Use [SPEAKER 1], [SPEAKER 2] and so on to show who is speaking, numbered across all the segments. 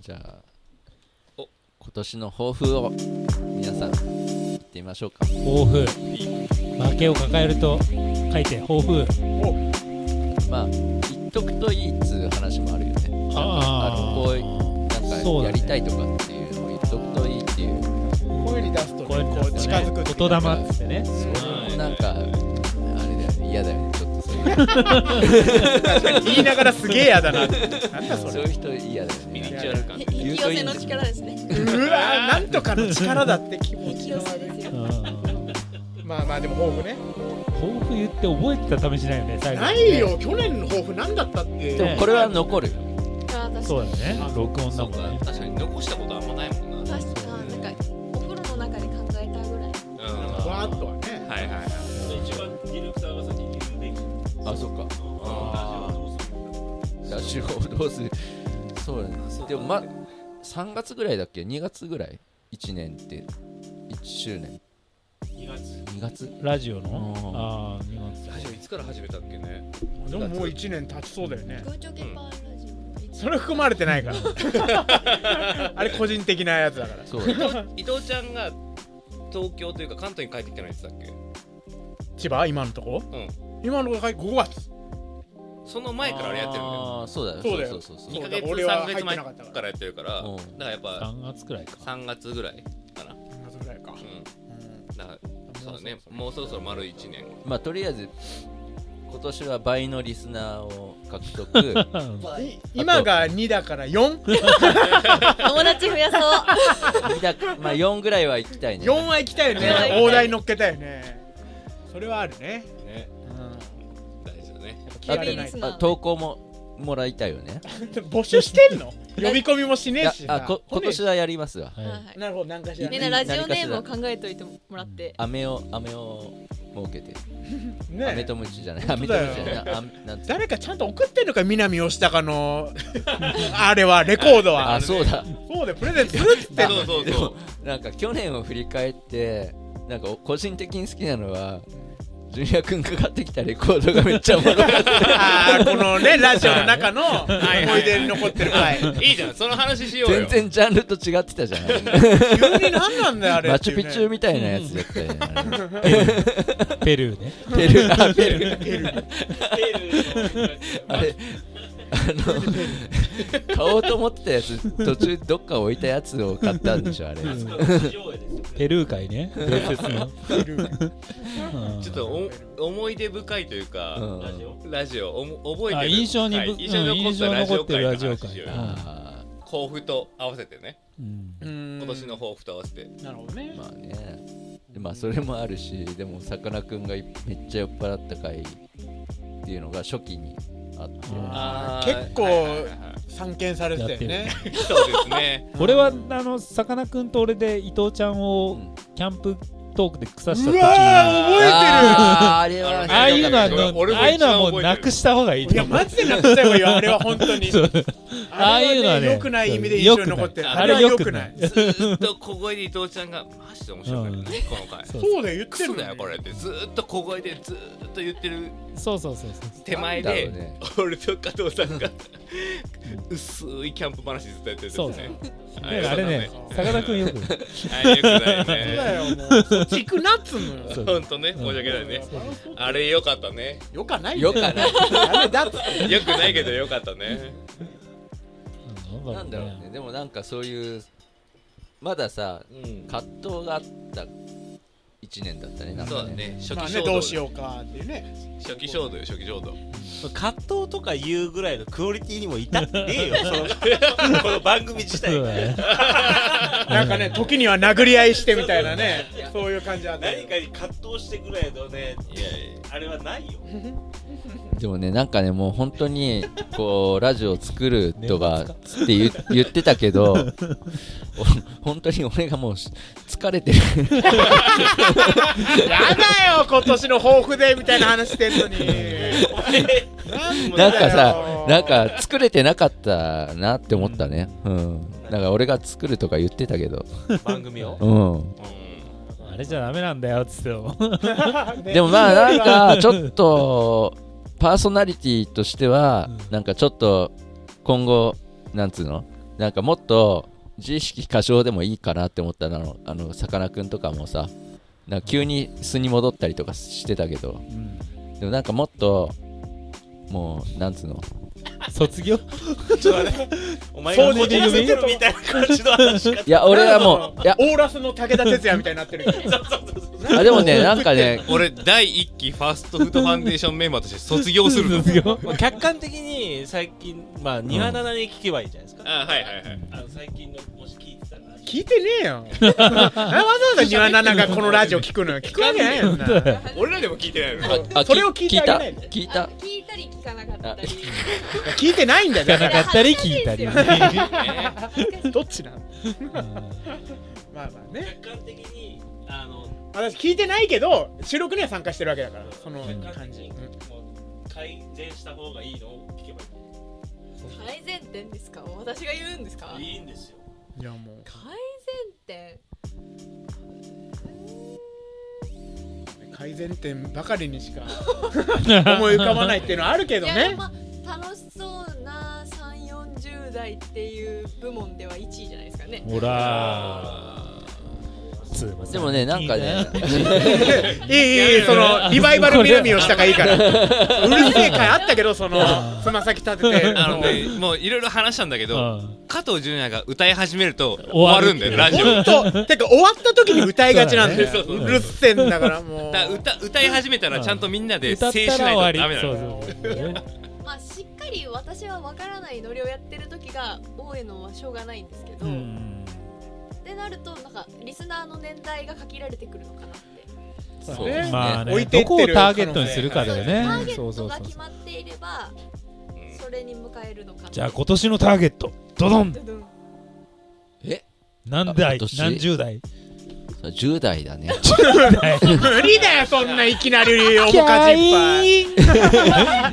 [SPEAKER 1] じゃあ
[SPEAKER 2] お
[SPEAKER 1] 今年の抱負を皆さん言ってみましょうか
[SPEAKER 3] 抱負負けを抱えると書いて抱負
[SPEAKER 1] まあ言っとくといいっつう話もあるよねなんかあのこうなん
[SPEAKER 3] そう
[SPEAKER 1] か
[SPEAKER 3] だ
[SPEAKER 1] や
[SPEAKER 3] ね
[SPEAKER 1] りたいとかっていうのを言っとくといいっていう
[SPEAKER 4] 声に出すとね
[SPEAKER 3] こうや
[SPEAKER 4] こ
[SPEAKER 3] って
[SPEAKER 4] う近
[SPEAKER 3] 近
[SPEAKER 4] づ
[SPEAKER 3] づ
[SPEAKER 4] くって
[SPEAKER 3] く
[SPEAKER 4] い
[SPEAKER 3] 言
[SPEAKER 4] うか
[SPEAKER 3] 霊っつってね
[SPEAKER 2] はい
[SPEAKER 1] なんかあれだよね嫌だよねちょっとそういう
[SPEAKER 4] 確かに言いながらすげえ嫌だなってなんだ そ
[SPEAKER 1] そう
[SPEAKER 4] れ
[SPEAKER 1] いう人嫌だよ
[SPEAKER 2] ミニチ
[SPEAKER 1] ね。
[SPEAKER 2] ュアル感
[SPEAKER 1] 言
[SPEAKER 5] 引
[SPEAKER 1] う
[SPEAKER 5] き
[SPEAKER 1] と
[SPEAKER 5] 寄
[SPEAKER 1] いい
[SPEAKER 5] せ
[SPEAKER 1] んだ
[SPEAKER 5] の力ですね
[SPEAKER 4] うわなんとかの力だって気持
[SPEAKER 5] 引
[SPEAKER 4] ち
[SPEAKER 5] き
[SPEAKER 4] の
[SPEAKER 5] 寄
[SPEAKER 4] 悪
[SPEAKER 5] せ
[SPEAKER 4] い
[SPEAKER 5] ですよ
[SPEAKER 3] うん
[SPEAKER 4] まあまあでも抱負ね
[SPEAKER 3] 抱負言って覚えてた試しないよね最後に
[SPEAKER 4] な
[SPEAKER 3] ね
[SPEAKER 4] いよ去年の抱負何だったっ
[SPEAKER 3] で
[SPEAKER 4] て
[SPEAKER 3] も
[SPEAKER 1] これは残るよ。
[SPEAKER 5] あー確かに
[SPEAKER 3] そうだね録音だ
[SPEAKER 2] そ
[SPEAKER 3] も
[SPEAKER 2] うんか
[SPEAKER 3] ね
[SPEAKER 2] 確かに残したことはあんまないもんな
[SPEAKER 5] 確かになんかお風呂の中で考えたぐらい
[SPEAKER 4] ふわ
[SPEAKER 2] は
[SPEAKER 4] ーっとはね
[SPEAKER 2] いはいはい
[SPEAKER 6] 一番ディレクターが先に言うべき
[SPEAKER 1] あ、そっか。
[SPEAKER 6] あーどうするの
[SPEAKER 1] じゃあ、主語をどうする。そうだね。
[SPEAKER 2] そうか
[SPEAKER 1] でも、ま、3月ぐらいだっけ ?2 月ぐらい ?1 年って。1周年。
[SPEAKER 6] 2月
[SPEAKER 1] 2月
[SPEAKER 3] ラジ
[SPEAKER 1] う
[SPEAKER 3] オ
[SPEAKER 1] ん
[SPEAKER 3] のああ2月
[SPEAKER 2] ラジオいつから始めたっけね
[SPEAKER 4] でももう1年経ちそうだよね
[SPEAKER 5] 空調系パーラジオ
[SPEAKER 4] それ含まれてないから あれ個人的なやつだから
[SPEAKER 1] そうだね。
[SPEAKER 2] 伊藤ちゃんが東京というか関東に帰ってきたのいつだっけ
[SPEAKER 4] 千葉今のとこ
[SPEAKER 2] うん
[SPEAKER 4] 今のとこ5月
[SPEAKER 2] その前からあれやってるんだよ
[SPEAKER 1] あーそうだよ。
[SPEAKER 4] そうだよ
[SPEAKER 1] そうそうそう
[SPEAKER 4] そ
[SPEAKER 2] 2
[SPEAKER 4] う
[SPEAKER 2] ヶ月
[SPEAKER 4] 俺は
[SPEAKER 2] 3ヶ月前
[SPEAKER 4] 入ってなかったから
[SPEAKER 2] からやってるからだ
[SPEAKER 1] うん
[SPEAKER 2] からやっぱ
[SPEAKER 3] 3月くらいか
[SPEAKER 2] 3月ぐらいかな
[SPEAKER 4] 3月ぐらいか
[SPEAKER 2] うん
[SPEAKER 4] うん
[SPEAKER 2] だからそうだねもうそろそろ丸1年
[SPEAKER 1] まあ、とりあえず、今年は倍のリスナーを獲 得。
[SPEAKER 3] うん
[SPEAKER 4] い今が2だから 4?4
[SPEAKER 5] 友達増やそう
[SPEAKER 1] 二だまあ、4ぐらいは行きたいね。
[SPEAKER 4] は行きたいよね
[SPEAKER 5] 四は行きたい
[SPEAKER 4] 大台乗っけたよねそれはあるね
[SPEAKER 2] ね
[SPEAKER 4] うん
[SPEAKER 2] 大事だね
[SPEAKER 4] 消えられない
[SPEAKER 5] あと
[SPEAKER 1] あ投稿ももらいたいよね。
[SPEAKER 4] 募集してんの 呼び込みもし
[SPEAKER 1] い
[SPEAKER 4] ねえ
[SPEAKER 1] や
[SPEAKER 4] し、さ
[SPEAKER 1] あこ今年はやりますわ。
[SPEAKER 3] は
[SPEAKER 5] はい
[SPEAKER 3] い
[SPEAKER 5] はい
[SPEAKER 4] なるほどなんかしら
[SPEAKER 5] み
[SPEAKER 4] ね
[SPEAKER 5] んなラジオネームを考えといてもらって
[SPEAKER 1] 飴を、飴を設けて。
[SPEAKER 4] ね
[SPEAKER 1] アメとムチじゃない。アメ
[SPEAKER 4] 当
[SPEAKER 1] と
[SPEAKER 4] だよ
[SPEAKER 1] ムチじゃ ないあん。なんつう
[SPEAKER 4] 誰かちゃんと送ってんのか南吉高の あれはレコード
[SPEAKER 1] あ、
[SPEAKER 4] は
[SPEAKER 1] そうだ。
[SPEAKER 4] そうでプレゼントするっつってんの
[SPEAKER 2] そうそう
[SPEAKER 1] で
[SPEAKER 2] そう
[SPEAKER 1] も、なんか去年を振り返って、なんか個人的に好きなのは、ジュニア君が買ってきたレコードがめっちゃおもろか った。
[SPEAKER 4] あーこのねラジオの中の思い出に残ってる回
[SPEAKER 2] いいじゃんその話しようよ
[SPEAKER 1] 全然ジャンルと違ってたじゃない。
[SPEAKER 4] 急に何なんだよあれ
[SPEAKER 1] マ
[SPEAKER 4] って
[SPEAKER 1] チ
[SPEAKER 4] い
[SPEAKER 1] ュ
[SPEAKER 4] う
[SPEAKER 1] ピ
[SPEAKER 4] ね
[SPEAKER 1] チュみたいなやつだったよね。あれ
[SPEAKER 3] ペルーね
[SPEAKER 1] ペルー、あ、ペルー。あれ、あの、買おうと思ってたやつ、途中どっか置いたやつを買ったんでしょ、あれ。
[SPEAKER 6] 地上絵ですよ
[SPEAKER 3] ペルー界ね伝説のうん
[SPEAKER 2] ちょっとお思い出深いというか、
[SPEAKER 1] うん
[SPEAKER 6] ラジオ
[SPEAKER 2] ラジオおも覚えてる
[SPEAKER 3] あ印象にぶ
[SPEAKER 2] はい印象
[SPEAKER 3] うん
[SPEAKER 2] に残ったラジオ会
[SPEAKER 3] 印象
[SPEAKER 2] の話
[SPEAKER 3] に残ってるラジオ会
[SPEAKER 2] しようよ
[SPEAKER 3] うん
[SPEAKER 1] あ
[SPEAKER 2] 抱負と合わせてね
[SPEAKER 3] うん
[SPEAKER 4] うん
[SPEAKER 2] 今年の抱負と合わせて
[SPEAKER 4] なるほどね
[SPEAKER 1] ーまあね。まあそれもあるし、でもさかなクンがいめっちゃ酔っ払った回っていうのが初期にあって。
[SPEAKER 4] あー結構
[SPEAKER 2] はいはいはいはい
[SPEAKER 4] 参見されてたよね
[SPEAKER 2] そうですね
[SPEAKER 3] 俺はあのさかなクンと俺で伊藤ちゃん
[SPEAKER 1] う
[SPEAKER 3] を
[SPEAKER 1] ん
[SPEAKER 3] キャンプトークで腐し
[SPEAKER 4] う
[SPEAKER 3] た時にあ
[SPEAKER 4] わ
[SPEAKER 1] あーあれは
[SPEAKER 2] あ
[SPEAKER 3] あいうのは
[SPEAKER 2] それは
[SPEAKER 3] もう
[SPEAKER 2] 俺も
[SPEAKER 3] ああいうのは
[SPEAKER 2] 一番覚えて
[SPEAKER 3] もう
[SPEAKER 2] る
[SPEAKER 3] なくした方がいい
[SPEAKER 4] ー覚えてるい
[SPEAKER 3] と
[SPEAKER 4] や
[SPEAKER 3] 思う
[SPEAKER 4] マジでなくした方がいいよあれは本当に
[SPEAKER 3] そうああいうのはね
[SPEAKER 4] 良くない意味で印象に残ってる
[SPEAKER 3] そう
[SPEAKER 4] あれは良くない
[SPEAKER 2] ずーっと小声で伊藤ちゃんがマジで面白かったね、この回
[SPEAKER 3] そう
[SPEAKER 4] そうだよ言っ
[SPEAKER 2] ク
[SPEAKER 4] てる
[SPEAKER 2] ソ
[SPEAKER 4] のに
[SPEAKER 2] だよこれってずーっと小声でずーっと言ってる
[SPEAKER 3] そうそうそう
[SPEAKER 2] 手前
[SPEAKER 1] なんだ
[SPEAKER 2] で、
[SPEAKER 1] ろうね
[SPEAKER 2] 俺と加藤さんが 薄いキャンプ話ずっとやってる
[SPEAKER 3] そう
[SPEAKER 2] やつ
[SPEAKER 3] そう
[SPEAKER 2] ね
[SPEAKER 3] だからあれね
[SPEAKER 2] うん
[SPEAKER 3] さかなクンよく
[SPEAKER 2] あよくない
[SPEAKER 4] そう
[SPEAKER 2] ね
[SPEAKER 4] だよもうそっち行くなっつうのよ
[SPEAKER 3] そう
[SPEAKER 2] ほんとね申し訳ないねあれよかったね
[SPEAKER 4] よかない
[SPEAKER 1] よかない
[SPEAKER 4] ダメだっつって
[SPEAKER 2] よくないけどよかったね
[SPEAKER 3] う
[SPEAKER 1] なんだろうね。でもなんかそういう、まださ、
[SPEAKER 2] うん
[SPEAKER 1] 葛藤があった1年だったね。なん
[SPEAKER 2] そう
[SPEAKER 1] か
[SPEAKER 2] だね初
[SPEAKER 4] まあ
[SPEAKER 2] 期
[SPEAKER 4] ね
[SPEAKER 2] 衝
[SPEAKER 4] ど
[SPEAKER 2] 動
[SPEAKER 4] うしようかっていうね
[SPEAKER 2] 初期衝動よ初期衝動
[SPEAKER 7] 葛藤とか言うぐらいのクオリティにも至ってねえよそのこの番組自体
[SPEAKER 3] そう
[SPEAKER 7] が
[SPEAKER 3] だね
[SPEAKER 4] なんかね時には殴り合いしてみたいなねそういう感じあったよ
[SPEAKER 7] 何かに葛藤してぐらいのね
[SPEAKER 2] いやいや
[SPEAKER 7] あれはないよ
[SPEAKER 1] でもね、なんかね、もう本当 に、こう、ラジオ作るとか、つって言う言ってたけど、お本当に俺がもうし、疲れ てる。
[SPEAKER 4] やだよ今年の抱負でみたいな話してんのに
[SPEAKER 1] なん
[SPEAKER 4] だ
[SPEAKER 1] かさ
[SPEAKER 4] よ、
[SPEAKER 1] なんか、作れてなかったなって思ったね。うん。だから俺が作るとか言ってたけど、
[SPEAKER 7] 番組を
[SPEAKER 1] うん。
[SPEAKER 2] うん
[SPEAKER 3] あれじゃダメなんだよっつっても
[SPEAKER 1] でもまあ、なんか、ちょっと、パーソナリティとしては、なんかちょっと、今後、なんつうのなんかもっと自意識過剰でもいいかなって思ったのあのあのさかなクンとかもさなんか急に素に戻ったりとかしてたけど
[SPEAKER 3] うん
[SPEAKER 1] でもなんかもっともうなんつうの
[SPEAKER 3] 卒業
[SPEAKER 7] ちょっと待ってお前がこじらせてるみたいな感じの話
[SPEAKER 1] いや俺はもういや
[SPEAKER 4] オーラスの武田鉄矢みたいになってるけど
[SPEAKER 1] あでもねなんかね
[SPEAKER 2] 俺第1期ファーストフードファンデーションメンバーとして卒業するの
[SPEAKER 3] 卒業
[SPEAKER 7] まあ客観的に最近まあニワナナに聞けばいいじゃないですか、
[SPEAKER 2] あはいはいはい
[SPEAKER 6] あの最近のもし聞いてたら
[SPEAKER 4] 聞いてねえよなんでわざわざ庭菜々がこのラジオ聞くのよ聞くわけないよな
[SPEAKER 2] 俺らでも聞いてないの
[SPEAKER 1] ああ
[SPEAKER 4] それを聞いてあげないの
[SPEAKER 1] 聞いた聞いた
[SPEAKER 5] 聞いたり聞かなかったり
[SPEAKER 4] 聞いてないんだよだ
[SPEAKER 3] 聞か
[SPEAKER 4] か
[SPEAKER 3] な
[SPEAKER 4] ら
[SPEAKER 3] かったり聞いたり。
[SPEAKER 4] どっちなの まあまあね
[SPEAKER 6] 客観的にあの
[SPEAKER 4] 私聞いてないけど収録には参加してるわけだからその
[SPEAKER 6] 客観
[SPEAKER 4] 感
[SPEAKER 6] 的
[SPEAKER 4] じ、
[SPEAKER 6] にもう改善した方がいいのを聞けば
[SPEAKER 5] 改善点ですか私が言うんですか
[SPEAKER 6] いいいいんですよ
[SPEAKER 4] いやもう
[SPEAKER 5] 改善
[SPEAKER 4] 改善点ばかりにし か思い浮かばないっていうのはあるけ
[SPEAKER 5] 点
[SPEAKER 4] ど
[SPEAKER 5] いや
[SPEAKER 4] ね
[SPEAKER 5] でもまあ楽しそうな3 4 0代っていう部門では1位じゃないですかね
[SPEAKER 3] ほらー。
[SPEAKER 1] でもねなんかね。
[SPEAKER 4] いいいいそのリバイバル南をしたからいいからうるせえ回あったけどその つま先立てて
[SPEAKER 2] あのねもういろいろ話したんだけ
[SPEAKER 3] う
[SPEAKER 2] ど
[SPEAKER 3] ん
[SPEAKER 2] 加藤純也が歌い始めると終わるんだよラジオ
[SPEAKER 4] 本当てか終わった時に歌いがちなんだよ
[SPEAKER 2] そうだ
[SPEAKER 4] う
[SPEAKER 2] ね
[SPEAKER 4] るせえんだからもう
[SPEAKER 2] だから歌歌い始めたらちゃんとみんなで
[SPEAKER 3] 歌っ
[SPEAKER 2] 制
[SPEAKER 3] た
[SPEAKER 2] しな
[SPEAKER 3] ら終わ
[SPEAKER 2] いと
[SPEAKER 3] り
[SPEAKER 2] ダメ。な
[SPEAKER 3] そう
[SPEAKER 2] の
[SPEAKER 3] そうそう。
[SPEAKER 5] まあしっかり私は分からないノリをやってる時が多いのはしょうがないんですけど、
[SPEAKER 3] うん
[SPEAKER 5] ってなるとなんかリスナーの年代が限られてくるのかなって
[SPEAKER 1] そう
[SPEAKER 4] ね
[SPEAKER 3] まあ
[SPEAKER 4] 置
[SPEAKER 3] ね、
[SPEAKER 4] いて
[SPEAKER 3] ど
[SPEAKER 4] ってる
[SPEAKER 3] こをターゲットにするかだよ
[SPEAKER 5] ター
[SPEAKER 3] ね
[SPEAKER 5] ゲ。
[SPEAKER 3] そう
[SPEAKER 5] ッ
[SPEAKER 3] そ
[SPEAKER 5] ト
[SPEAKER 3] うそ
[SPEAKER 5] が
[SPEAKER 3] う
[SPEAKER 5] 決。まっていればそれに迎えるのかな
[SPEAKER 3] じゃあ今年のターゲット、ドドン
[SPEAKER 5] ドドン
[SPEAKER 1] え
[SPEAKER 3] 何
[SPEAKER 1] あ今
[SPEAKER 3] 代
[SPEAKER 1] 年
[SPEAKER 3] 何十代
[SPEAKER 1] それ10代だね
[SPEAKER 4] 無理だよそんないきなり面かじっぱい
[SPEAKER 1] い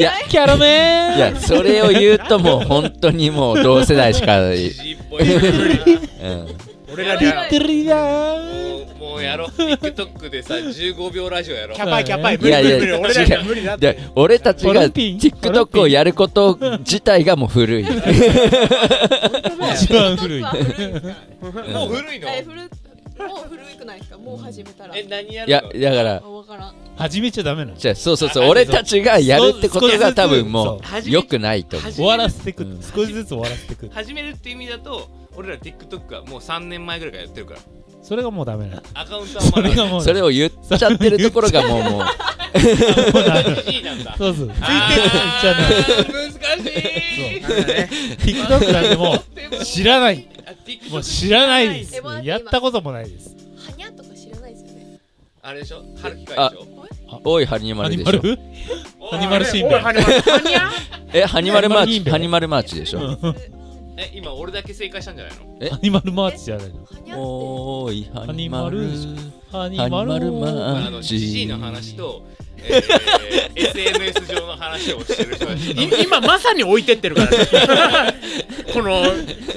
[SPEAKER 1] や
[SPEAKER 3] キャラメ
[SPEAKER 1] いやそれを言うともう本当にもう同世代しか い、
[SPEAKER 2] じじいっぽいも
[SPEAKER 1] うん、
[SPEAKER 4] 俺らには
[SPEAKER 3] てるやん
[SPEAKER 2] うもうやろう TikTok でさ15秒ラジオやろう
[SPEAKER 4] キャパイキャパイ無
[SPEAKER 1] いや
[SPEAKER 4] 理
[SPEAKER 1] い
[SPEAKER 4] 無
[SPEAKER 1] や
[SPEAKER 4] 理無理俺らには無理だって
[SPEAKER 1] で俺たち
[SPEAKER 3] ト
[SPEAKER 1] が
[SPEAKER 3] ランピン
[SPEAKER 1] TikTok をやること自体がもう古い
[SPEAKER 3] 一番古い
[SPEAKER 5] ド。ドンは古いです か
[SPEAKER 2] もう古いの
[SPEAKER 5] え古もう古くないですかもう始めたら
[SPEAKER 2] え何や
[SPEAKER 1] いや
[SPEAKER 2] るの
[SPEAKER 1] だから
[SPEAKER 5] あわからん
[SPEAKER 3] 始めちゃダメなの。
[SPEAKER 1] じゃあそうそうそう俺たちがやるってことが多分も
[SPEAKER 3] そう
[SPEAKER 2] そう
[SPEAKER 1] う良くないと思う
[SPEAKER 2] 始
[SPEAKER 3] 終わらせてく
[SPEAKER 1] う。ん
[SPEAKER 3] 少しずつ終わらせてく。
[SPEAKER 2] 始めるって意味だと俺ら TikTok はもう3年前ぐらいからやってるから
[SPEAKER 3] それがもうダメなの。
[SPEAKER 2] アカウントは
[SPEAKER 3] そ
[SPEAKER 2] まだ
[SPEAKER 3] れがもう。
[SPEAKER 1] それ
[SPEAKER 3] を。
[SPEAKER 1] を言っちゃってるところがもうもう
[SPEAKER 2] いい なんだ
[SPEAKER 3] そうそう。
[SPEAKER 2] あ
[SPEAKER 3] じゃあね
[SPEAKER 2] ー難しい
[SPEAKER 4] あのね
[SPEAKER 3] TikTok なんてもう知らない。
[SPEAKER 2] あ TikTok
[SPEAKER 3] もう知らないです
[SPEAKER 5] え待っ。て
[SPEAKER 3] やったこともないです。
[SPEAKER 5] はにゃとか知らないですよね
[SPEAKER 2] あれでしょ春樹会でしょ
[SPEAKER 1] おいハニマ
[SPEAKER 3] ア
[SPEAKER 1] ル
[SPEAKER 3] ニ
[SPEAKER 1] で
[SPEAKER 3] マ
[SPEAKER 1] しょ
[SPEAKER 3] ルアニマルシーン
[SPEAKER 4] おいハニマル
[SPEAKER 1] えハニマルマーチ
[SPEAKER 3] ハ
[SPEAKER 1] ハ
[SPEAKER 3] ニ
[SPEAKER 1] ニ
[SPEAKER 3] マ
[SPEAKER 1] マルマーチでしょ
[SPEAKER 2] え今俺だけ正解したんじゃないの
[SPEAKER 3] アニマルマーチじゃないの。
[SPEAKER 5] はにゃっ
[SPEAKER 1] おーいハニマル
[SPEAKER 3] ハニア
[SPEAKER 1] ニ
[SPEAKER 3] ニ
[SPEAKER 1] マル
[SPEAKER 3] マルマ
[SPEAKER 1] マ
[SPEAKER 2] あ
[SPEAKER 3] ー
[SPEAKER 2] の
[SPEAKER 1] ジー
[SPEAKER 2] GG の話と、 えー SNS 上の話をしてる人たち
[SPEAKER 4] い今まさに置いてってるからねこの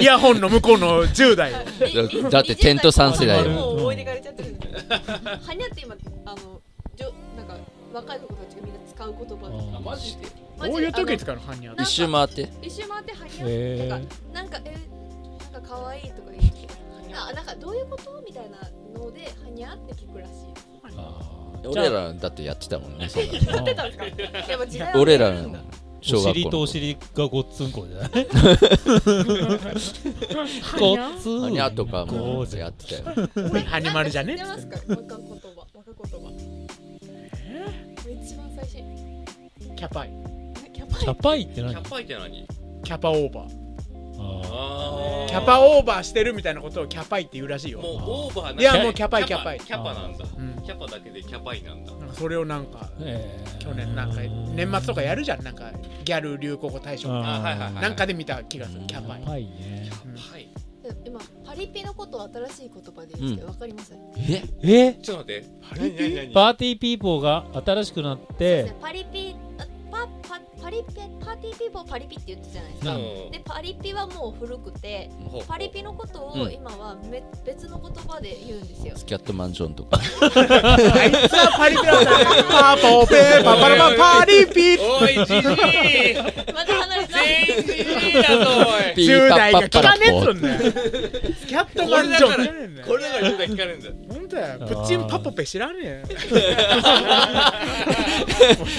[SPEAKER 4] イヤホンの向こうの10代を
[SPEAKER 5] て
[SPEAKER 1] だだってテント三
[SPEAKER 3] 世代よ
[SPEAKER 5] もう思い出がれちゃってるんですよはにゃって今あのじょなんか若い子たちがみんな使う言葉で
[SPEAKER 3] あ
[SPEAKER 2] マジで
[SPEAKER 5] マジで
[SPEAKER 4] こういう時に
[SPEAKER 5] あ
[SPEAKER 4] 使うのハニャ
[SPEAKER 5] の
[SPEAKER 1] 一周回って
[SPEAKER 5] の一周回ってはにゃ
[SPEAKER 3] へ
[SPEAKER 5] なん
[SPEAKER 3] ー
[SPEAKER 5] かなんかえなんか可愛いとか言ってあなんかどういうことみたいなのではにゃって聞くらしい
[SPEAKER 3] あー
[SPEAKER 1] 俺らだってやってたもんねそんな
[SPEAKER 3] じゃあ
[SPEAKER 5] やって たんですかやっぱ時代は
[SPEAKER 1] 俺らの
[SPEAKER 3] お
[SPEAKER 1] 小学
[SPEAKER 3] 尻
[SPEAKER 1] 校
[SPEAKER 3] と
[SPEAKER 1] の
[SPEAKER 3] お
[SPEAKER 1] 頃
[SPEAKER 3] 尻がごっつんこじゃない
[SPEAKER 1] ハ
[SPEAKER 3] ごっつん
[SPEAKER 1] ニャとか
[SPEAKER 3] こ
[SPEAKER 1] も
[SPEAKER 3] うじゃ
[SPEAKER 1] や
[SPEAKER 3] ん
[SPEAKER 1] ってたよ
[SPEAKER 4] 俺ハニマルじゃね
[SPEAKER 5] 知ってますか若言葉若言葉一番最新え
[SPEAKER 4] キャパイ
[SPEAKER 5] キャパ
[SPEAKER 3] キャパイって
[SPEAKER 2] キ
[SPEAKER 3] 何
[SPEAKER 2] ャパイって何
[SPEAKER 4] キャパオーバー
[SPEAKER 3] あ
[SPEAKER 2] あー
[SPEAKER 4] キャパオーバーしてるみたいなことをキャパイって言うらしいよ
[SPEAKER 2] もうオーバーなんだ
[SPEAKER 4] いやもうキャパイキャパイ
[SPEAKER 2] キャパなんだ
[SPEAKER 4] うん
[SPEAKER 2] キャパだけでキャパイなんだ
[SPEAKER 4] なんかそれをなんか
[SPEAKER 3] ーえー
[SPEAKER 4] 去年なんか年末とかやるじゃんなんかギャル流行語大賞
[SPEAKER 3] うん
[SPEAKER 2] あはいはいはい
[SPEAKER 4] なんかで見た気がするキ
[SPEAKER 3] キ
[SPEAKER 4] ャパイ
[SPEAKER 3] ャパイね
[SPEAKER 4] うん
[SPEAKER 2] はい
[SPEAKER 5] 今パリピのことを新しい言葉で言ってわかりません
[SPEAKER 1] え
[SPEAKER 3] え
[SPEAKER 2] ちょっと待って何何何
[SPEAKER 3] パーティーピーポーが新しくなっ
[SPEAKER 5] そうで
[SPEAKER 3] て
[SPEAKER 5] すねパリピあパパパリピパーティーピーポーパリピって言ってたじゃないですか
[SPEAKER 3] な
[SPEAKER 5] でパリピはもう古くてパリピのこと
[SPEAKER 1] う
[SPEAKER 5] を
[SPEAKER 1] ん
[SPEAKER 5] 今はめ、別の言葉で言うん ですよ
[SPEAKER 1] スキャットマンションとか
[SPEAKER 4] あいつはパリピなんだねパポペーパパラパパリピ
[SPEAKER 2] おいじじい
[SPEAKER 5] また離れた
[SPEAKER 2] 全員じじいだぞおい
[SPEAKER 1] ピー
[SPEAKER 4] 10
[SPEAKER 1] パ
[SPEAKER 4] 代
[SPEAKER 1] ッ
[SPEAKER 4] が
[SPEAKER 1] パ
[SPEAKER 4] 聞
[SPEAKER 1] ッパラ
[SPEAKER 4] かねえっ
[SPEAKER 1] ポ
[SPEAKER 4] つう
[SPEAKER 1] ー
[SPEAKER 4] んだよスキャットマ
[SPEAKER 2] こ
[SPEAKER 4] ン
[SPEAKER 2] れ
[SPEAKER 4] ジ
[SPEAKER 2] だから
[SPEAKER 4] ョン
[SPEAKER 2] これだからみんな聞かれるんだよ
[SPEAKER 4] なんだよプッチンパポペ知らねえよ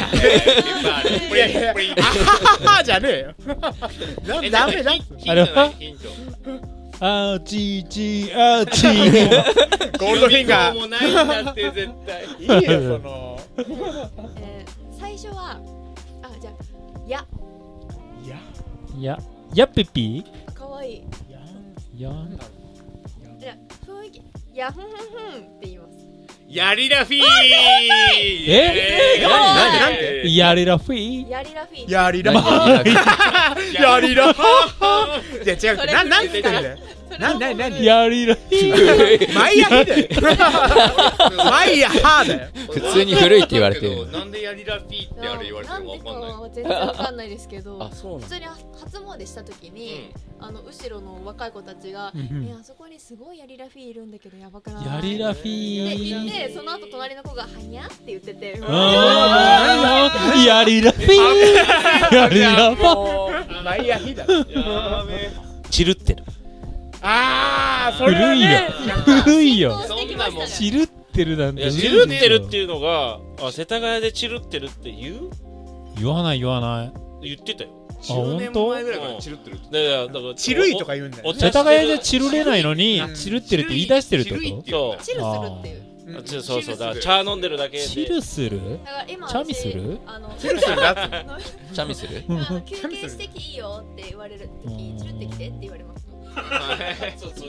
[SPEAKER 4] いやいやあはははじゃねえよ なダメだっつうの
[SPEAKER 2] ヒントないヒント
[SPEAKER 3] あーちーちーあーちー
[SPEAKER 4] ゴールドフィンガー
[SPEAKER 2] ヒントもないんだって絶対
[SPEAKER 4] いいよその
[SPEAKER 5] えー最初はあじゃあや
[SPEAKER 4] いや
[SPEAKER 3] ややっぴぴ
[SPEAKER 5] 可愛い
[SPEAKER 3] や
[SPEAKER 5] じゃあ雰囲気やふんふんふんって言います
[SPEAKER 2] やりらフィー
[SPEAKER 3] え
[SPEAKER 2] えー
[SPEAKER 5] 何何
[SPEAKER 4] なんて
[SPEAKER 3] やれらふい
[SPEAKER 5] やりらフィー
[SPEAKER 4] やりら やりらいや違うななんつってんだよなななに
[SPEAKER 3] やれらふい
[SPEAKER 4] マイヤー だよマイヤーだよ
[SPEAKER 1] 普通に古いって言われてる
[SPEAKER 2] なんでやりらフィーってあれ言われて
[SPEAKER 5] な
[SPEAKER 2] る
[SPEAKER 5] ん
[SPEAKER 2] の
[SPEAKER 5] でか
[SPEAKER 2] かわかんない
[SPEAKER 5] は全然わかんないですけど
[SPEAKER 1] あそうな
[SPEAKER 5] 普
[SPEAKER 1] ん
[SPEAKER 5] 通に初詣した時に、あの後ろの若い子たちが「えあそこにすごいやりらフィーいるんだけどやばくない?」
[SPEAKER 3] やれらふ
[SPEAKER 5] って
[SPEAKER 3] い
[SPEAKER 5] 言ってその後隣の子が「はにゃ?」って言ってて
[SPEAKER 3] あーやれらふいやれらふい
[SPEAKER 4] マイヤーだ
[SPEAKER 7] 散るってる
[SPEAKER 4] あーそれは
[SPEAKER 3] 古いよ
[SPEAKER 4] ね
[SPEAKER 3] 古いよ
[SPEAKER 5] そんなもん
[SPEAKER 3] 知るってるなん
[SPEAKER 7] い
[SPEAKER 3] て
[SPEAKER 7] や
[SPEAKER 3] 古い
[SPEAKER 7] 散
[SPEAKER 3] よ
[SPEAKER 7] るってるっていうのがあ世田谷で散るってるって言う
[SPEAKER 3] 言わない言わない
[SPEAKER 7] 言ってたよ
[SPEAKER 3] あ
[SPEAKER 2] 10
[SPEAKER 3] 本
[SPEAKER 2] 年
[SPEAKER 3] 当
[SPEAKER 2] 前ぐらいからチルってる
[SPEAKER 7] だからだから
[SPEAKER 4] チルイとか言うんだよ
[SPEAKER 7] お
[SPEAKER 4] ね
[SPEAKER 3] 世田谷で散るれないのに
[SPEAKER 4] うん
[SPEAKER 3] 散るってるって言い出してるってこ
[SPEAKER 7] そ
[SPEAKER 5] チルするっていう
[SPEAKER 4] うん
[SPEAKER 7] うちそうそうだから茶飲んでるだけ
[SPEAKER 3] と
[SPEAKER 7] で
[SPEAKER 3] 散るする
[SPEAKER 5] だから今
[SPEAKER 3] チャミする
[SPEAKER 5] 私あの
[SPEAKER 4] チルするんだっつうの
[SPEAKER 1] チャミする
[SPEAKER 5] あの休憩してきいいよって言われる時チルってきてって言われます
[SPEAKER 7] そうそ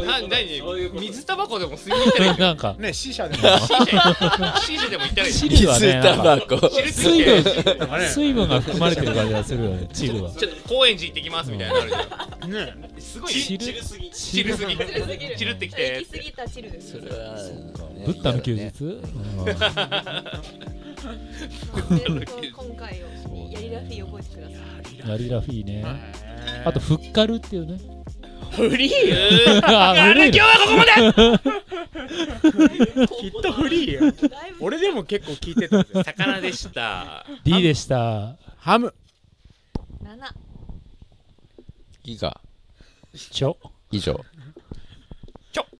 [SPEAKER 7] う
[SPEAKER 2] な
[SPEAKER 7] そう
[SPEAKER 2] 何
[SPEAKER 7] そういうこと
[SPEAKER 2] 水タバコでも吸いに行ったらいい
[SPEAKER 3] なんか
[SPEAKER 4] ね死者でも
[SPEAKER 2] シーシャでも行ったらいい
[SPEAKER 3] 散るはねなんか
[SPEAKER 1] コ
[SPEAKER 2] チルって
[SPEAKER 3] 水
[SPEAKER 2] 言
[SPEAKER 3] 分
[SPEAKER 2] って
[SPEAKER 4] なんかね
[SPEAKER 3] 水分が含まれてる感じがするよね散るは
[SPEAKER 2] ちょっと高円寺行ってきますみたいなのあるじゃ
[SPEAKER 4] ね
[SPEAKER 2] んすごい
[SPEAKER 3] 散る
[SPEAKER 7] すぎ
[SPEAKER 2] チルすぎ
[SPEAKER 5] チルすぎる
[SPEAKER 2] チルってき
[SPEAKER 5] 行
[SPEAKER 2] て
[SPEAKER 5] き過ぎたチルです
[SPEAKER 1] それは
[SPEAKER 3] ブッダの休日
[SPEAKER 5] まあ全部今回をやりらフィー覚えてください
[SPEAKER 3] うんやりらふいねあとフッカルっていう ね
[SPEAKER 4] フリーよ
[SPEAKER 3] あ古いね
[SPEAKER 4] きっとフリーよ
[SPEAKER 5] だいぶ
[SPEAKER 4] 俺でも結構聞いてたんだよ
[SPEAKER 2] 魚でした
[SPEAKER 3] D でした
[SPEAKER 4] ハム
[SPEAKER 5] 7
[SPEAKER 1] ギガ
[SPEAKER 3] ちょ
[SPEAKER 1] 以上